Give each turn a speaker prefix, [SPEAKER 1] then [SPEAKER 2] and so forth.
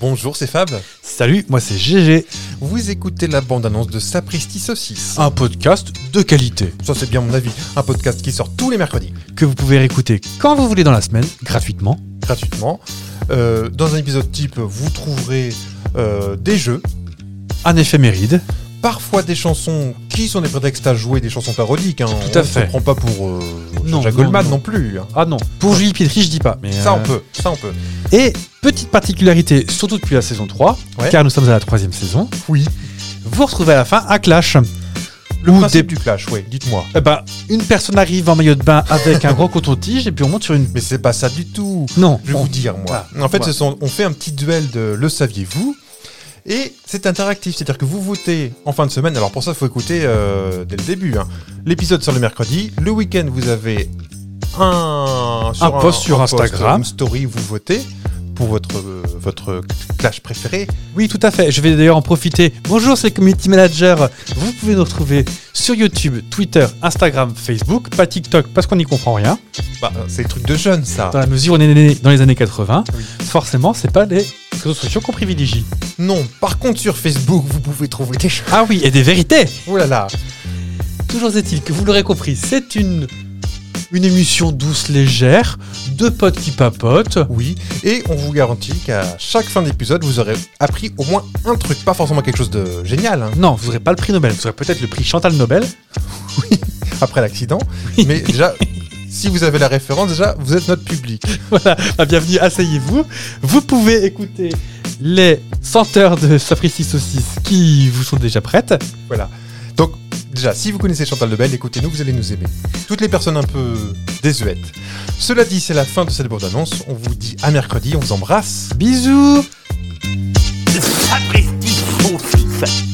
[SPEAKER 1] Bonjour, c'est Fab.
[SPEAKER 2] Salut, moi c'est GG,
[SPEAKER 1] Vous écoutez la bande-annonce de Sapristi Saucisse. Ah,
[SPEAKER 2] un podcast de qualité
[SPEAKER 1] Ça, c'est bien mon avis. Un podcast qui sort tous les mercredis,
[SPEAKER 2] que vous pouvez réécouter quand vous voulez dans la semaine, gratuitement.
[SPEAKER 1] gratuitement. Euh, dans un épisode type, vous trouverez euh, des jeux,
[SPEAKER 2] Un éphéméride,
[SPEAKER 1] parfois des chansons qui sont des prétextes à jouer des chansons parodiques. hein.
[SPEAKER 2] Tout à
[SPEAKER 1] on
[SPEAKER 2] fait.
[SPEAKER 1] ne se prend pas pour euh,
[SPEAKER 2] Non,
[SPEAKER 1] Jean-Jacques
[SPEAKER 2] non,
[SPEAKER 1] Goldman non,
[SPEAKER 2] non.
[SPEAKER 1] plus. hein.
[SPEAKER 2] ah non, pour Julie Pietri je dis pas, mais
[SPEAKER 1] Ça,
[SPEAKER 2] euh,
[SPEAKER 1] on peut. Ça, on peut.
[SPEAKER 2] Et petite particularité, surtout depuis la saison 3,
[SPEAKER 1] Ouais.
[SPEAKER 2] car nous sommes à la troisième saison,
[SPEAKER 1] Oui.
[SPEAKER 2] vous retrouvez à la fin un clash.
[SPEAKER 1] Le
[SPEAKER 2] Ou
[SPEAKER 1] principe
[SPEAKER 2] des-
[SPEAKER 1] du clash, oui, dites-moi.
[SPEAKER 2] Eh ben, une personne arrive en maillot de bain avec un gros coton-tige et puis on monte sur une...
[SPEAKER 1] Mais c'est pas ça du tout.
[SPEAKER 2] Non,
[SPEAKER 1] Je vais
[SPEAKER 2] on-
[SPEAKER 1] vous dire, moi.
[SPEAKER 2] Ah,
[SPEAKER 1] en fait,
[SPEAKER 2] ouais.
[SPEAKER 1] ce sont- on fait un petit duel de Le saviez-vous Et c'est interactif, c'est-à-dire que vous votez en fin de semaine. Alors pour ça, il faut écouter euh, dès le début. hein. L'épisode sort le mercredi. Le week-end, vous avez un,
[SPEAKER 2] Un post sur
[SPEAKER 1] post,
[SPEAKER 2] Instagram.
[SPEAKER 1] une story, vous votez pour votre, euh, votre clash préféré.
[SPEAKER 2] Oui, tout à fait. Je vais d'ailleurs en profiter. Bonjour, c'est le Community Manager. Vous pouvez nous retrouver sur YouTube, Twitter, Instagram, Facebook, pas TikTok parce qu'on n'y comprend rien.
[SPEAKER 1] Bah, c'est le truc de jeune, ça.
[SPEAKER 2] Dans la mesure où on est né dans les années 80,
[SPEAKER 1] Oui.
[SPEAKER 2] forcément, c'est pas les réseaux sociaux qu'on privilégie.
[SPEAKER 1] Non, par contre, sur Facebook, vous pouvez trouver des choses.
[SPEAKER 2] Ah oui, et des vérités
[SPEAKER 1] Oh là là
[SPEAKER 2] Toujours est-il que vous l'aurez compris, c'est une, une émission douce, légère, deux potes qui papotent.
[SPEAKER 1] Oui, et on vous garantit qu'à chaque fin d'épisode, vous aurez appris au moins un truc, pas forcément quelque chose de génial, hein,
[SPEAKER 2] Non, vous n'aurez pas le prix Nobel, vous aurez peut-être le prix Chantal Nobel.
[SPEAKER 1] après l'accident, mais déjà, si vous avez la référence, déjà, vous êtes notre public.
[SPEAKER 2] Voilà, bah, bienvenue, asseyez-vous. Vous pouvez écouter les senteurs de Sapristi Saucisse qui vous sont déjà prêtes.
[SPEAKER 1] Donc, déjà, si vous connaissez Chantal Lebel, écoutez-nous, vous allez nous aimer. Toutes les personnes un peu désuètes. Cela dit, c'est la fin de cette bande-annonce, on vous dit à mercredi, on vous embrasse.
[SPEAKER 2] Bisous
[SPEAKER 3] Sapristi, son fils.